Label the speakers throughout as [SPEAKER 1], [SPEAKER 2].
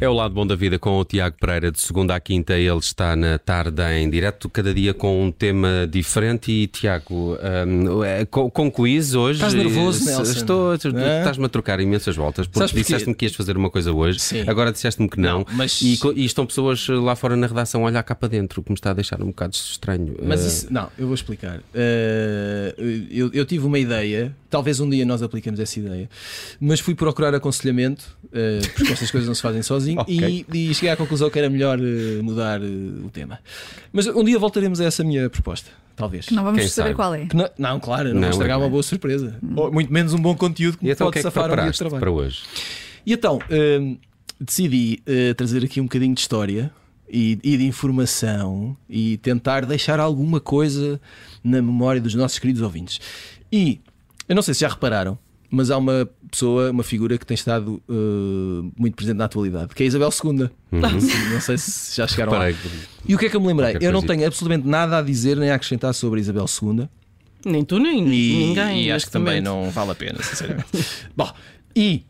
[SPEAKER 1] É o Lado Bom da Vida com o Tiago Pereira, de segunda à quinta. Ele está na tarde em direto, cada dia com um tema diferente. E Tiago, hum, é, com, com quiz hoje.
[SPEAKER 2] Estás nervoso,
[SPEAKER 1] Eh,
[SPEAKER 2] Nelson?
[SPEAKER 1] Estou, tu- tu-
[SPEAKER 2] É?
[SPEAKER 1] estás-me a trocar imensas voltas.
[SPEAKER 2] Sabes
[SPEAKER 1] Porque
[SPEAKER 2] porquê?
[SPEAKER 1] disseste-me que ias fazer uma coisa hoje,
[SPEAKER 2] Sim.
[SPEAKER 1] agora disseste-me que não.
[SPEAKER 2] Não, mas-
[SPEAKER 1] e, co- e estão pessoas lá fora na redação a olhar cá para dentro, o que me está a deixar um bocado estranho.
[SPEAKER 2] Mas
[SPEAKER 1] Eh,
[SPEAKER 2] isso, não, eu vou explicar. Eh, eu, eu tive uma ideia, talvez um dia nós aplicamos essa ideia, mas fui procurar aconselhamento, eh, porque estas coisas não se fazem sozinho,
[SPEAKER 1] Ok.
[SPEAKER 2] e, e cheguei à conclusão que era melhor eh, mudar eh, o tema. Mas um dia voltaremos a essa minha proposta, talvez.
[SPEAKER 3] Não vamos
[SPEAKER 1] Quem
[SPEAKER 3] saber
[SPEAKER 1] sabe?
[SPEAKER 3] qual é.
[SPEAKER 2] Que não- não, claro, não,
[SPEAKER 1] Não,
[SPEAKER 2] vou estragar
[SPEAKER 1] não. é.
[SPEAKER 2] uma boa surpresa.
[SPEAKER 3] Hum.
[SPEAKER 2] Ou muito menos um bom conteúdo que
[SPEAKER 1] E
[SPEAKER 2] me
[SPEAKER 1] então o
[SPEAKER 2] pode
[SPEAKER 1] que é que
[SPEAKER 2] safar um dia
[SPEAKER 1] preparaste
[SPEAKER 2] de trabalho.
[SPEAKER 1] para hoje?
[SPEAKER 2] E então, hum, decidi eh, trazer aqui um bocadinho de história e, e de informação e tentar deixar alguma coisa na memória dos nossos queridos ouvintes. E eu não sei se já repararam, mas há uma pessoa, uma figura que tem estado eh, muito presente na atualidade, que é a Isabel II. Não sei se já chegaram lá.
[SPEAKER 1] Uhum. Reparei.
[SPEAKER 2] E o que é que eu me lembrei?
[SPEAKER 1] Qualquer
[SPEAKER 2] Eu não
[SPEAKER 1] coisita.
[SPEAKER 2] tenho absolutamente nada a dizer nem a acrescentar sobre a Isabel II.
[SPEAKER 4] Nem tu, nem
[SPEAKER 2] E,
[SPEAKER 4] ninguém.
[SPEAKER 2] e acho que
[SPEAKER 4] neste
[SPEAKER 2] também
[SPEAKER 4] momento.
[SPEAKER 2] não vale a pena, sinceramente. Bom, e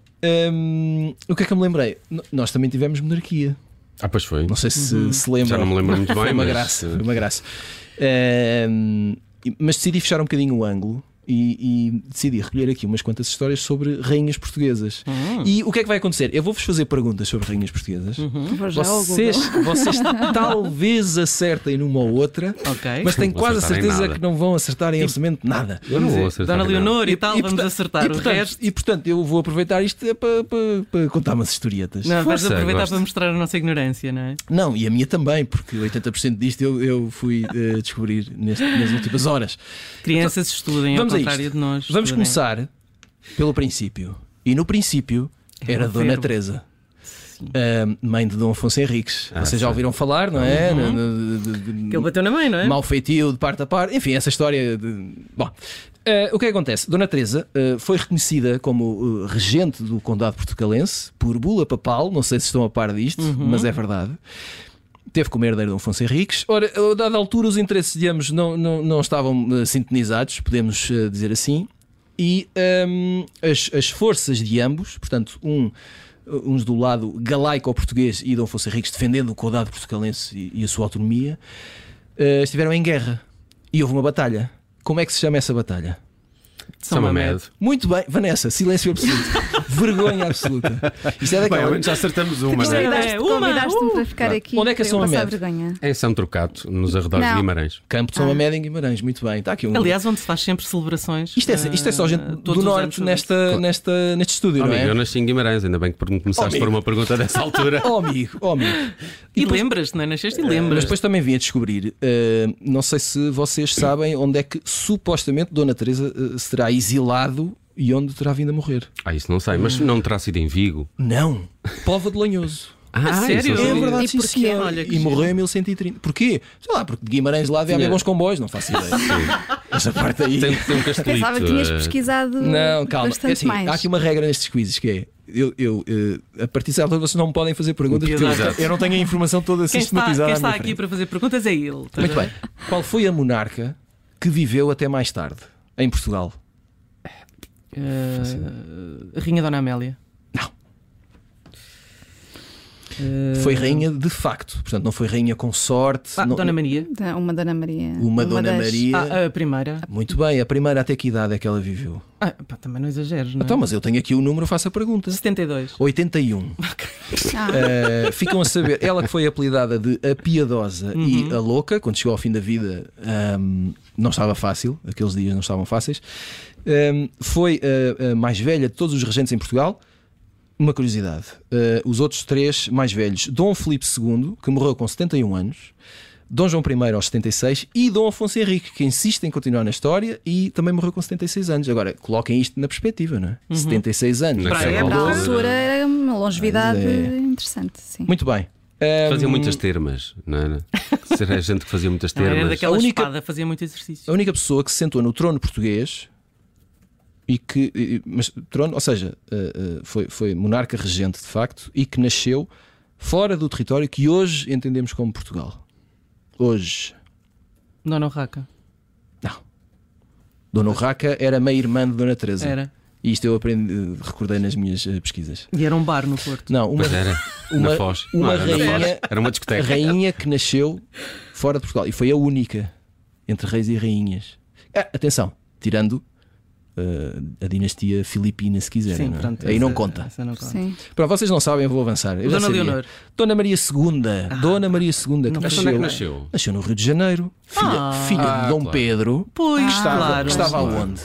[SPEAKER 2] hum, o que é que eu me lembrei? N- nós também tivemos monarquia.
[SPEAKER 1] Ah, pois foi.
[SPEAKER 2] Não sei se se lembram.
[SPEAKER 1] Já não me lembro muito
[SPEAKER 2] Foi
[SPEAKER 1] bem,
[SPEAKER 2] uma
[SPEAKER 1] mas,
[SPEAKER 2] graça.
[SPEAKER 1] eh,
[SPEAKER 2] Foi uma graça. Hum, e- mas decidi fechar um bocadinho o ângulo e, e decidi recolher aqui umas quantas histórias sobre rainhas portuguesas. E o que é que vai acontecer? Eu vou-vos fazer perguntas sobre rainhas portuguesas.
[SPEAKER 3] Vou já ao
[SPEAKER 2] Uhum. Vocês,
[SPEAKER 3] Google.
[SPEAKER 2] vocês talvez acertem numa ou outra,
[SPEAKER 4] Ok.
[SPEAKER 2] mas tenho
[SPEAKER 1] Não
[SPEAKER 2] quase a
[SPEAKER 1] acertarem
[SPEAKER 2] certeza
[SPEAKER 1] nada.
[SPEAKER 2] que não vão acertar em absolutamente nada.
[SPEAKER 1] Eu não vou acertar
[SPEAKER 4] Dona
[SPEAKER 1] nada.
[SPEAKER 2] um
[SPEAKER 4] Leonor e, tal, vamos
[SPEAKER 2] portan-
[SPEAKER 4] acertar
[SPEAKER 2] e,
[SPEAKER 4] o
[SPEAKER 2] portanto,
[SPEAKER 4] resto.
[SPEAKER 2] E portanto, eu vou aproveitar isto é para, para- para contar umas historietas.
[SPEAKER 4] Não, vais
[SPEAKER 1] Força,
[SPEAKER 4] aproveitar
[SPEAKER 1] gosto.
[SPEAKER 4] para mostrar a nossa ignorância, não é?
[SPEAKER 2] Não, e a minha também, porque 80% disto eu, eu fui eh, descobrir neste- nas últimas horas.
[SPEAKER 4] Crianças estudem,
[SPEAKER 2] Vamos a
[SPEAKER 4] ao contrário
[SPEAKER 2] isto.
[SPEAKER 4] de nós.
[SPEAKER 2] Vamos
[SPEAKER 4] estudem.
[SPEAKER 2] começar pelo princípio. E no princípio
[SPEAKER 4] É
[SPEAKER 2] era
[SPEAKER 4] um
[SPEAKER 2] Dona
[SPEAKER 4] verbo.
[SPEAKER 2] Teresa. ah, mãe de Dom Afonso Henriques. Vocês já ouviram falar, não é? No- no- de- de-
[SPEAKER 4] Que ele bateu na mãe, não é?
[SPEAKER 2] Mal feitio de parte a parte, enfim, essa história. De... Bom, eh, o que é que acontece? Dona Teresa eh, foi reconhecida como eh, regente do Condado Portugalense por bula papal, não sei se estão a par disto, mas é verdade. Teve como herdeiro Dom Afonso Henriques. Ora, a dada altura, os interesses de ambos não, não, não estavam eh, sintonizados, podemos eh, dizer assim, e ehm, as, as forças de ambos, portanto, um. Uns do lado galaico-português e Dom Afonso Henriques defendendo o condado portugalense e- e a sua autonomia, eh, estiveram em guerra e houve uma batalha. Como é que se chama essa batalha?
[SPEAKER 1] São Mamed.
[SPEAKER 2] Muito bem, Vanessa, silêncio absoluto. Vergonha absoluta. Isto é
[SPEAKER 5] Bem, ao
[SPEAKER 2] daquela.
[SPEAKER 5] menos já acertamos uma, né?
[SPEAKER 3] Convidaste-
[SPEAKER 4] É, uma,
[SPEAKER 3] Convidaste-me
[SPEAKER 4] uh!
[SPEAKER 3] para ficar aqui.
[SPEAKER 2] Onde é que é
[SPEAKER 3] para
[SPEAKER 2] São
[SPEAKER 3] eu passar
[SPEAKER 2] Mamed?
[SPEAKER 3] vergonha.
[SPEAKER 1] Em São é um Trocato, nos arredores
[SPEAKER 3] Não.
[SPEAKER 1] de Guimarães.
[SPEAKER 2] Campo de São Mamede em Guimarães, muito bem. Está aqui um.
[SPEAKER 4] Ah. Aliás, onde se faz sempre celebrações.
[SPEAKER 2] isto é, isto é só gente
[SPEAKER 4] ah, todos
[SPEAKER 2] do
[SPEAKER 4] os
[SPEAKER 2] norte
[SPEAKER 4] anos.
[SPEAKER 2] nesta, nesta, neste estúdio, não
[SPEAKER 1] Amigo, eu
[SPEAKER 2] é?
[SPEAKER 1] nasci em Guimarães, ainda bem que me começaste
[SPEAKER 2] Oh,
[SPEAKER 1] por uma pergunta dessa altura.
[SPEAKER 2] Oh, amigo, oh, amigo.
[SPEAKER 4] E lembras-te, não é? Nasceste e
[SPEAKER 2] Mas
[SPEAKER 4] lembras.
[SPEAKER 2] depois também vim a descobrir, eh, não sei se vocês sabem onde é que supostamente Dona Teresa eh, se terá exilado e onde terá vindo a morrer.
[SPEAKER 1] Ah, isso não sei, mas não terá sido em Vigo.
[SPEAKER 2] Não. Povo de Lanhoso.
[SPEAKER 1] Ah, isso eu
[SPEAKER 4] sério?
[SPEAKER 2] É
[SPEAKER 1] sabia.
[SPEAKER 2] verdade,
[SPEAKER 4] E
[SPEAKER 2] sim,
[SPEAKER 4] porquê?
[SPEAKER 2] senhor.
[SPEAKER 4] Olha que
[SPEAKER 2] e
[SPEAKER 4] giro.
[SPEAKER 2] morreu em 1130. Porquê? Sei lá, porque de Guimarães lá devia haver bons comboios, não faço ideia. Essa parte aí.
[SPEAKER 1] Tem, tem um castelito.
[SPEAKER 3] Pensava que tinhas
[SPEAKER 1] eh,
[SPEAKER 3] pesquisado
[SPEAKER 2] Não, calma.
[SPEAKER 3] bastante
[SPEAKER 2] É assim,
[SPEAKER 3] mais.
[SPEAKER 2] há aqui uma regra nestes quizzes que é. Eu, eu, eh, a partir de certa altura vocês não me podem fazer perguntas porque eu,
[SPEAKER 4] Exato.
[SPEAKER 2] eu não tenho a informação toda
[SPEAKER 4] Quem está,
[SPEAKER 2] sistematizada.
[SPEAKER 4] quem
[SPEAKER 2] à
[SPEAKER 4] está
[SPEAKER 2] minha
[SPEAKER 4] aqui
[SPEAKER 2] frente.
[SPEAKER 4] para fazer perguntas é ele. estás
[SPEAKER 2] Muito
[SPEAKER 4] a ver?
[SPEAKER 2] bem. Qual foi a monarca que viveu até mais tarde em Portugal?
[SPEAKER 4] Ah, Eh, Rainha Dona Amélia.
[SPEAKER 2] Não.
[SPEAKER 4] Ah,
[SPEAKER 2] Foi rainha de facto. Portanto, não foi rainha consorte.
[SPEAKER 4] ah,
[SPEAKER 2] não- eh,
[SPEAKER 4] Dona Maria.
[SPEAKER 3] Da- Uma Dona Maria.
[SPEAKER 2] Uma, Dona
[SPEAKER 3] das-
[SPEAKER 2] Maria.
[SPEAKER 4] Ah, a primeira.
[SPEAKER 2] Muito bem, a primeira até que idade é que ela viveu?
[SPEAKER 4] Ah, pá, também não exageres, não é?
[SPEAKER 2] Então, mas eu tenho aqui o número, faço a pergunta.
[SPEAKER 4] 72.
[SPEAKER 2] 81.
[SPEAKER 3] Ah,
[SPEAKER 2] Eh, ficam a saber, ela que foi apelidada de a piedosa e a louca, quando chegou ao fim da vida ahm, não estava fácil, aqueles dias não estavam fáceis. Ahm, foi eh, a, a mais velha de todos os regentes em Portugal. Uma curiosidade: eh, os outros três mais velhos, Dom Filipe II, que morreu com 71 anos. Dom João I aos 76 e Dom Afonso Henrique, que insiste em continuar na história e também morreu com 76 anos. Agora, coloquem isto na perspectiva, não é? 76 anos.
[SPEAKER 1] Naquela
[SPEAKER 4] Para a
[SPEAKER 3] Para a
[SPEAKER 1] altura,
[SPEAKER 3] altura era uma longevidade
[SPEAKER 2] Mas é.
[SPEAKER 3] interessante, sim.
[SPEAKER 2] Muito bem. Ehm, Ahm,
[SPEAKER 1] Fazia muitas termas, não era? Será gente que fazia muitas
[SPEAKER 4] Não, era
[SPEAKER 1] termas.
[SPEAKER 4] daquela
[SPEAKER 2] A única-
[SPEAKER 4] espada, fazia muito exercício.
[SPEAKER 2] a única pessoa que se sentou no trono português e que e- mas trono, ou seja, eh, eh, foi, foi monarca regente de facto e que nasceu fora do território que hoje entendemos como Portugal. Hoje.
[SPEAKER 4] Dona Raca.
[SPEAKER 2] Não. Dona Urraca era meia-irmã de Dona Teresa.
[SPEAKER 4] Era.
[SPEAKER 2] E isto eu aprendi, recordei nas minhas eh, pesquisas.
[SPEAKER 4] E era um bar no Porto.
[SPEAKER 2] Não, uma,
[SPEAKER 1] Pois era,
[SPEAKER 2] uma-
[SPEAKER 1] na é. Foz.
[SPEAKER 2] uma
[SPEAKER 1] não, era na
[SPEAKER 2] rainha-
[SPEAKER 1] Foz. Era uma discoteca.
[SPEAKER 2] rainha que nasceu fora de Portugal e foi a única entre reis e rainhas. Ah, atenção, tirando eh, a dinastia filipina, se quiserem. não é? Aí
[SPEAKER 4] essa-
[SPEAKER 2] não conta.
[SPEAKER 4] essa não conta.
[SPEAKER 3] Sim.
[SPEAKER 2] Para vocês não sabem, eu vou avançar. Eu já
[SPEAKER 4] Dona
[SPEAKER 2] sabia.
[SPEAKER 4] Leonor.
[SPEAKER 2] Dona Maria II. Dona Maria II que
[SPEAKER 4] Não
[SPEAKER 1] Mas onde é que
[SPEAKER 2] nasceu,
[SPEAKER 1] nasceu?
[SPEAKER 2] nasceu no Rio de Janeiro. Filha,
[SPEAKER 4] Ah.
[SPEAKER 2] filha
[SPEAKER 1] Ah,
[SPEAKER 2] de Dom
[SPEAKER 1] claro.
[SPEAKER 2] Pedro.
[SPEAKER 4] Pois,
[SPEAKER 2] que estava,
[SPEAKER 4] Ah, claro.
[SPEAKER 2] que estava aonde?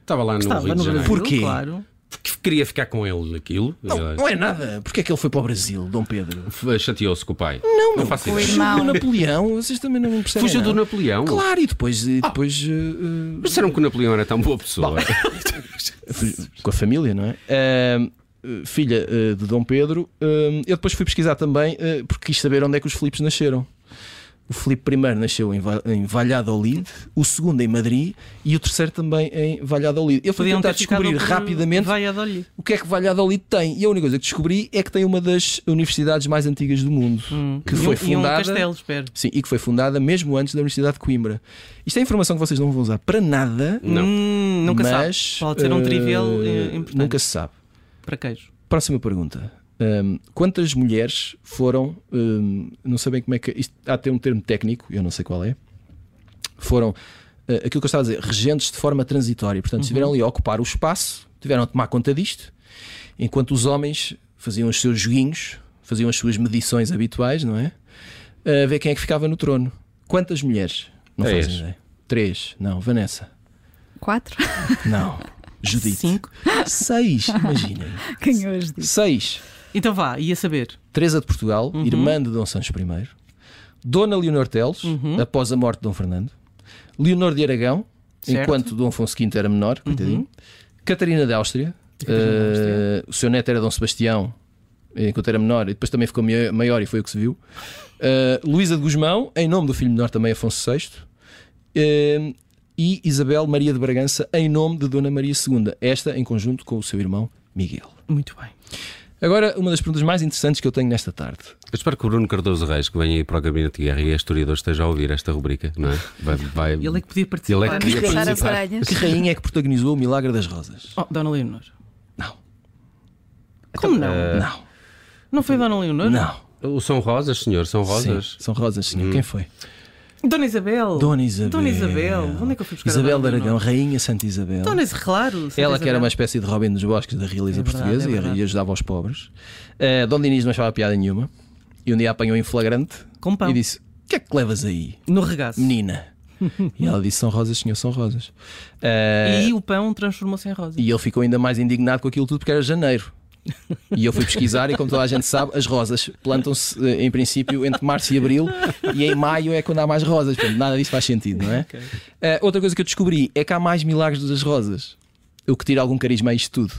[SPEAKER 1] Estava lá no
[SPEAKER 4] Estava
[SPEAKER 1] Rio
[SPEAKER 4] no
[SPEAKER 1] de Janeiro.
[SPEAKER 4] Brasil,
[SPEAKER 2] Porquê?
[SPEAKER 4] claro.
[SPEAKER 1] Porque queria ficar com ele aquilo.
[SPEAKER 2] Não, não é nada. Porquê é que ele foi para o Brasil, Dom Pedro?
[SPEAKER 1] Ele chateou-se com o pai. Não, não faço
[SPEAKER 3] o
[SPEAKER 1] ideia.
[SPEAKER 2] Fugiu do
[SPEAKER 3] Irmão.
[SPEAKER 2] Napoleão, vocês também não percebem.
[SPEAKER 1] Fugiu do
[SPEAKER 2] nada.
[SPEAKER 1] Napoleão.
[SPEAKER 2] Claro, e depois. E depois eh,
[SPEAKER 1] Mas disseram que o Napoleão era tão boa pessoa.
[SPEAKER 2] Fui- com a família, não é? Ahm, eh, filha eh, de Dom Pedro. Ahm, eu depois fui pesquisar também eh, porque quis saber onde é que os Filipes nasceram. O Filipe I nasceu em, Va- em Valladolid, o segundo em Madrid e o terceiro também em Valladolid. Eu fui
[SPEAKER 4] Podiam
[SPEAKER 2] tentar
[SPEAKER 4] ter ficado
[SPEAKER 2] descobrir
[SPEAKER 4] por
[SPEAKER 2] rapidamente
[SPEAKER 4] Valladolid.
[SPEAKER 2] o que é que Valladolid tem. E a única coisa que descobri é que tem uma das universidades mais antigas do mundo.
[SPEAKER 4] Hum.
[SPEAKER 2] Que
[SPEAKER 4] E um-
[SPEAKER 2] foi
[SPEAKER 4] E um
[SPEAKER 2] fundada-
[SPEAKER 4] castelo, espero.
[SPEAKER 2] Sim, e que foi fundada mesmo antes da Universidade de Coimbra. Isto é informação que vocês não vão usar para nada,
[SPEAKER 1] Não.
[SPEAKER 4] Hum, nunca
[SPEAKER 2] mas
[SPEAKER 4] sabe. Pode ser um
[SPEAKER 2] eh,
[SPEAKER 4] trivial eh, importante.
[SPEAKER 2] Nunca se sabe.
[SPEAKER 4] Para queijo.
[SPEAKER 2] Próxima pergunta. Hum, quantas mulheres foram, hum, não sabem como é que. Isto há até um termo técnico, eu não sei qual é. Foram eh, aquilo que eu estava a dizer, regentes de forma transitória. Portanto, estiveram ali a ocupar o espaço, tiveram a tomar conta disto, enquanto os homens faziam os seus joguinhos, faziam as suas medições habituais, não é? A ver quem é que ficava no trono. Quantas mulheres? Não
[SPEAKER 1] Três.
[SPEAKER 2] fazem ideia. Três. Não, Vanessa.
[SPEAKER 3] Quatro?
[SPEAKER 2] Não. Judite.
[SPEAKER 4] Cinco.
[SPEAKER 2] Seis, imaginem.
[SPEAKER 3] Quem hoje diz?
[SPEAKER 2] Seis.
[SPEAKER 4] Então vá, ia saber.
[SPEAKER 2] Teresa de Portugal,
[SPEAKER 4] Uhum.
[SPEAKER 2] irmã de Dom Sancho I, Dona Leonor Teles,
[SPEAKER 4] Uhum.
[SPEAKER 2] após a morte de Dom Fernando, Leonor de Aragão,
[SPEAKER 4] Certo. Uhum.
[SPEAKER 2] enquanto Dom Afonso V era menor, coitadinho, Catarina de Áustria,
[SPEAKER 4] Catarina da Áustria.
[SPEAKER 2] eh, o seu neto era Dom Sebastião, enquanto era menor, e depois também ficou maior, maior e foi o que se viu, eh, Luísa de Guzmão, em nome do filho menor também Afonso VI, eh, e Isabel Maria de Bragança, em nome de Dona Maria II, esta em conjunto com o seu irmão Miguel.
[SPEAKER 4] Muito bem.
[SPEAKER 2] Agora, uma das perguntas mais interessantes que eu tenho nesta tarde.
[SPEAKER 1] Eu espero que o Bruno Cardoso Reis, que vem aí para o Gabinete de Guerra e é historiador, esteja a ouvir esta rubrica, não é? Vai, vai...
[SPEAKER 4] Ele é que podia participar.
[SPEAKER 1] Ele é que
[SPEAKER 3] Vamos
[SPEAKER 1] ia
[SPEAKER 3] deixar as
[SPEAKER 1] participar.
[SPEAKER 3] orelhas.
[SPEAKER 2] Que rainha é que protagonizou o Milagre das Rosas?
[SPEAKER 4] Oh, Dona Leonor.
[SPEAKER 2] Não.
[SPEAKER 4] Como não?
[SPEAKER 2] Não,
[SPEAKER 4] Não foi Dona Leonor?
[SPEAKER 2] não.
[SPEAKER 1] O São Rosas, senhor, são Rosas.
[SPEAKER 2] Sim, são rosas, senhor. Quem foi?
[SPEAKER 4] Dona Isabel.
[SPEAKER 2] Dona Isabel.
[SPEAKER 4] Dona Isabel. Onde é que eu fui buscar a
[SPEAKER 2] Isabel de
[SPEAKER 4] Dona
[SPEAKER 2] Aragão,
[SPEAKER 4] Leonor?
[SPEAKER 2] Rainha Santa Isabel.
[SPEAKER 4] Dona Isabel, claro. Santa
[SPEAKER 2] Ela que era
[SPEAKER 4] Isabel.
[SPEAKER 2] uma espécie de Robin dos Bosques da realeza
[SPEAKER 4] É verdade,
[SPEAKER 2] portuguesa
[SPEAKER 4] é
[SPEAKER 2] e-
[SPEAKER 4] verdade.
[SPEAKER 2] e ajudava os pobres. Eh, Dom Dinis não achava piada nenhuma e um dia apanhou em flagrante
[SPEAKER 4] Com pão.
[SPEAKER 2] e disse: O que é que levas aí,
[SPEAKER 4] No regaço.
[SPEAKER 2] menina? e ela disse: São rosas, senhor, são rosas.
[SPEAKER 4] E
[SPEAKER 2] Eh,
[SPEAKER 4] aí o pão transformou-se em rosa.
[SPEAKER 2] E ele ficou ainda mais indignado com aquilo tudo porque era janeiro. E eu fui pesquisar, e como toda a gente sabe, as rosas plantam-se eh, em princípio entre março e abril, e em maio é quando há mais rosas. Portanto, nada disso faz sentido, não é? Eh, outra coisa que eu descobri é que há mais milagres das rosas, o que tira algum carisma a isto tudo.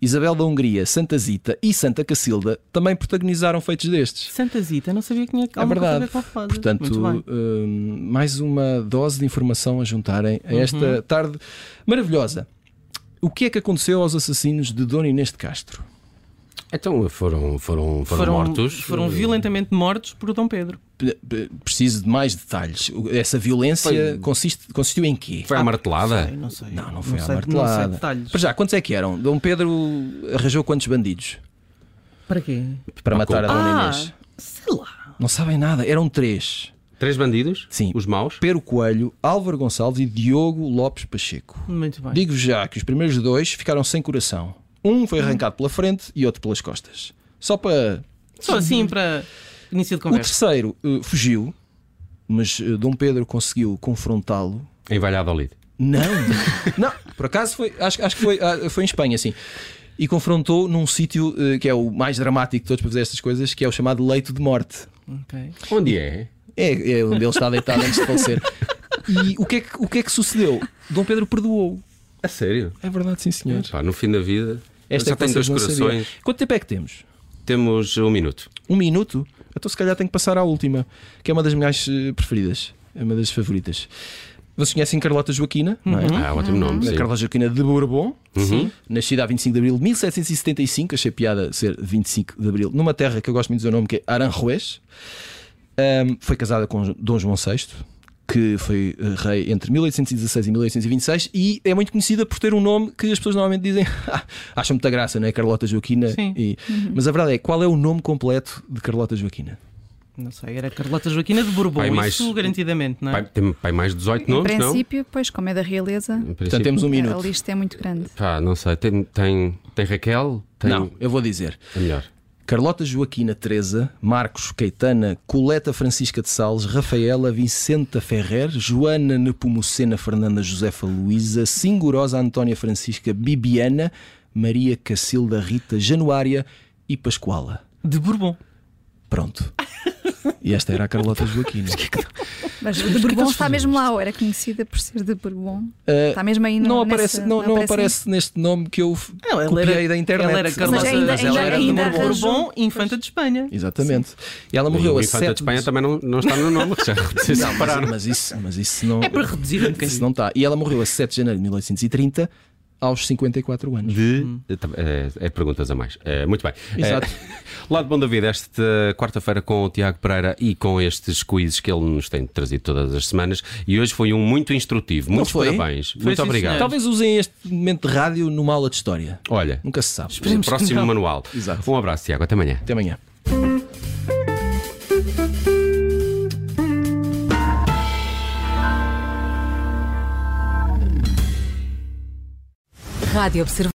[SPEAKER 2] Isabel da Hungria, Santa Zita e Santa Cacilda também protagonizaram feitos destes.
[SPEAKER 4] Santa Zita, não sabia que tinha
[SPEAKER 2] É
[SPEAKER 4] alguma coisa a
[SPEAKER 2] verdade.
[SPEAKER 4] ver com rosas. Muito
[SPEAKER 2] Portanto,
[SPEAKER 4] bem.
[SPEAKER 2] hum, mais uma dose de informação a juntarem
[SPEAKER 4] Uhum.
[SPEAKER 2] a esta tarde maravilhosa. O que é que aconteceu aos assassinos de Dona Inês de Castro?
[SPEAKER 1] Então foram, foram, foram, mortos.
[SPEAKER 4] Foram violentamente mortos por Dom Pedro.
[SPEAKER 2] P- p- Preciso de mais detalhes. O- Essa violência consiste, consistiu em quê?
[SPEAKER 1] Foi à martelada.
[SPEAKER 4] Ai, não sei.
[SPEAKER 2] Não, não foi à
[SPEAKER 4] sei, Não sei
[SPEAKER 2] martelada.
[SPEAKER 4] detalhes.
[SPEAKER 2] Para já, quantos é que eram? Dom Pedro arranjou quantos bandidos
[SPEAKER 4] Para quê?
[SPEAKER 2] para matar a Dona
[SPEAKER 4] Ah,
[SPEAKER 2] Inês?
[SPEAKER 4] sei lá.
[SPEAKER 2] Não sabem nada, eram três.
[SPEAKER 1] Três bandidos?
[SPEAKER 2] Sim.
[SPEAKER 1] Os maus?
[SPEAKER 2] Pero Coelho, Álvaro Gonçalves e Diogo Lopes Pacheco.
[SPEAKER 4] Muito bem.
[SPEAKER 2] Digo-vos já que os primeiros dois ficaram sem coração. Um
[SPEAKER 1] Hum.
[SPEAKER 2] foi arrancado pela frente e outro pelas costas. Só para.
[SPEAKER 4] Só assim para início de
[SPEAKER 2] O
[SPEAKER 4] conversa.
[SPEAKER 2] terceiro eh, fugiu, mas eh, Dom Pedro conseguiu confrontá-lo.
[SPEAKER 1] Em Valladolid.
[SPEAKER 2] Não! Não, por acaso foi. Acho, acho que foi, ah, foi em Espanha, assim. E confrontou num sítio eh, que é o mais dramático de todos para fazer estas coisas, que é o chamado leito de morte.
[SPEAKER 4] Ok.
[SPEAKER 1] Onde é?
[SPEAKER 2] É, é onde ele está deitado antes de falecer. E o que, é que, o que é que sucedeu? Dom Pedro perdoou.
[SPEAKER 1] A sério?
[SPEAKER 2] É verdade, sim, senhor.
[SPEAKER 1] Pá, no fim da vida.
[SPEAKER 2] Esta
[SPEAKER 1] já
[SPEAKER 2] é que
[SPEAKER 1] tem
[SPEAKER 2] vocês
[SPEAKER 1] dois
[SPEAKER 2] não sabiam.
[SPEAKER 1] corações.
[SPEAKER 2] Quanto tempo é que temos?
[SPEAKER 1] Temos um minuto.
[SPEAKER 2] Um minuto? Então se calhar tenho que passar à última, que é uma das minhas eh, preferidas, é uma das favoritas. Vocês conhecem Carlota Joaquina, não é?
[SPEAKER 1] Ah, ótimo nome.
[SPEAKER 2] A
[SPEAKER 1] Sim. Uhum.
[SPEAKER 2] Carlota Joaquina de Bourbon, nascida a 25 de Abril de 1775, achei piada ser 25 de Abril, numa terra que eu gosto muito do seu nome, que é Aranjuez. Ahm, foi casada com Dom João VI, que foi eh, rei entre 1816 e 1826 e é muito conhecida por ter um nome que as pessoas normalmente dizem acham muita graça, não é? Carlota Joaquina.
[SPEAKER 4] Sim.
[SPEAKER 2] e- Mas a verdade é, qual é o nome completo de Carlota Joaquina?
[SPEAKER 4] Não sei, era Carlota Joaquina de Bourbon,
[SPEAKER 1] Pai, mais-
[SPEAKER 4] isso garantidamente, não é?
[SPEAKER 1] Pai, tem pai, mais 18
[SPEAKER 3] Em
[SPEAKER 1] nomes, não?
[SPEAKER 3] princípio, pois, como é da realeza,
[SPEAKER 1] Em princípio-
[SPEAKER 2] Portanto, temos um
[SPEAKER 3] a
[SPEAKER 2] minuto.
[SPEAKER 3] lista é muito grande.
[SPEAKER 1] Pá, não sei. Tem, tem, tem Raquel? Tem...
[SPEAKER 2] Não, eu vou dizer.
[SPEAKER 1] É melhor.
[SPEAKER 2] Carlota Joaquina Teresa, Marcos Caetana, Coleta Francisca de Sales, Rafaela Vicenta Ferrer, Joana Nepomucena Fernanda Josefa Luísa, Singurosa Antónia Francisca Bibiana, Maria Cacilda Rita Januária e Pascoala.
[SPEAKER 4] De Bourbon.
[SPEAKER 2] Pronto. E esta era a Carlota Joaquina.
[SPEAKER 3] Mas
[SPEAKER 2] é
[SPEAKER 3] de Bourbon está mesmo lá, ou era conhecida por ser de Bourbon.
[SPEAKER 2] Eh,
[SPEAKER 3] Está mesmo aí no,
[SPEAKER 2] não aparece,
[SPEAKER 3] nessa-
[SPEAKER 2] não, não
[SPEAKER 3] aparece
[SPEAKER 2] aparece neste nome que eu f-
[SPEAKER 4] Não, ela
[SPEAKER 2] copiei
[SPEAKER 4] era-
[SPEAKER 2] da internet.
[SPEAKER 4] Ela era Carlota
[SPEAKER 3] Mas ainda-
[SPEAKER 4] ela
[SPEAKER 3] ainda-
[SPEAKER 4] era
[SPEAKER 3] ainda
[SPEAKER 4] de um Bourbon,
[SPEAKER 3] arranjou-
[SPEAKER 4] Bourbon, infanta de Espanha.
[SPEAKER 2] Exatamente. E ela morreu
[SPEAKER 1] o
[SPEAKER 2] a
[SPEAKER 1] Infanta
[SPEAKER 2] 7
[SPEAKER 1] um de Espanha também não, não está no nome, já vocês
[SPEAKER 2] Não, mas,
[SPEAKER 1] repararam.
[SPEAKER 2] mas isso, mas isso não.
[SPEAKER 4] É para reduzir um
[SPEAKER 2] Isso
[SPEAKER 4] bocadinho.
[SPEAKER 2] não está. E ela morreu a 7 de janeiro de 1830, aos 54 anos.
[SPEAKER 1] De. É, é perguntas a mais. É, muito bem.
[SPEAKER 2] Hum. Exato.
[SPEAKER 1] É, lado bom da vida, esta quarta-feira com o Tiago Pereira e com estes quizzes que ele nos tem trazido todas as semanas. E hoje foi um muito instrutivo. Muitos
[SPEAKER 2] foi?
[SPEAKER 1] parabéns. muito
[SPEAKER 4] sim,
[SPEAKER 1] obrigado.
[SPEAKER 4] senhor.
[SPEAKER 2] Talvez usem este momento de rádio numa aula de história.
[SPEAKER 1] Olha,
[SPEAKER 2] Nunca se sabe.
[SPEAKER 4] Esperemos que
[SPEAKER 1] próximo
[SPEAKER 4] não.
[SPEAKER 1] manual.
[SPEAKER 2] Exato.
[SPEAKER 1] Um abraço, Tiago. Até amanhã.
[SPEAKER 2] Até amanhã.
[SPEAKER 5] Rádio Observador.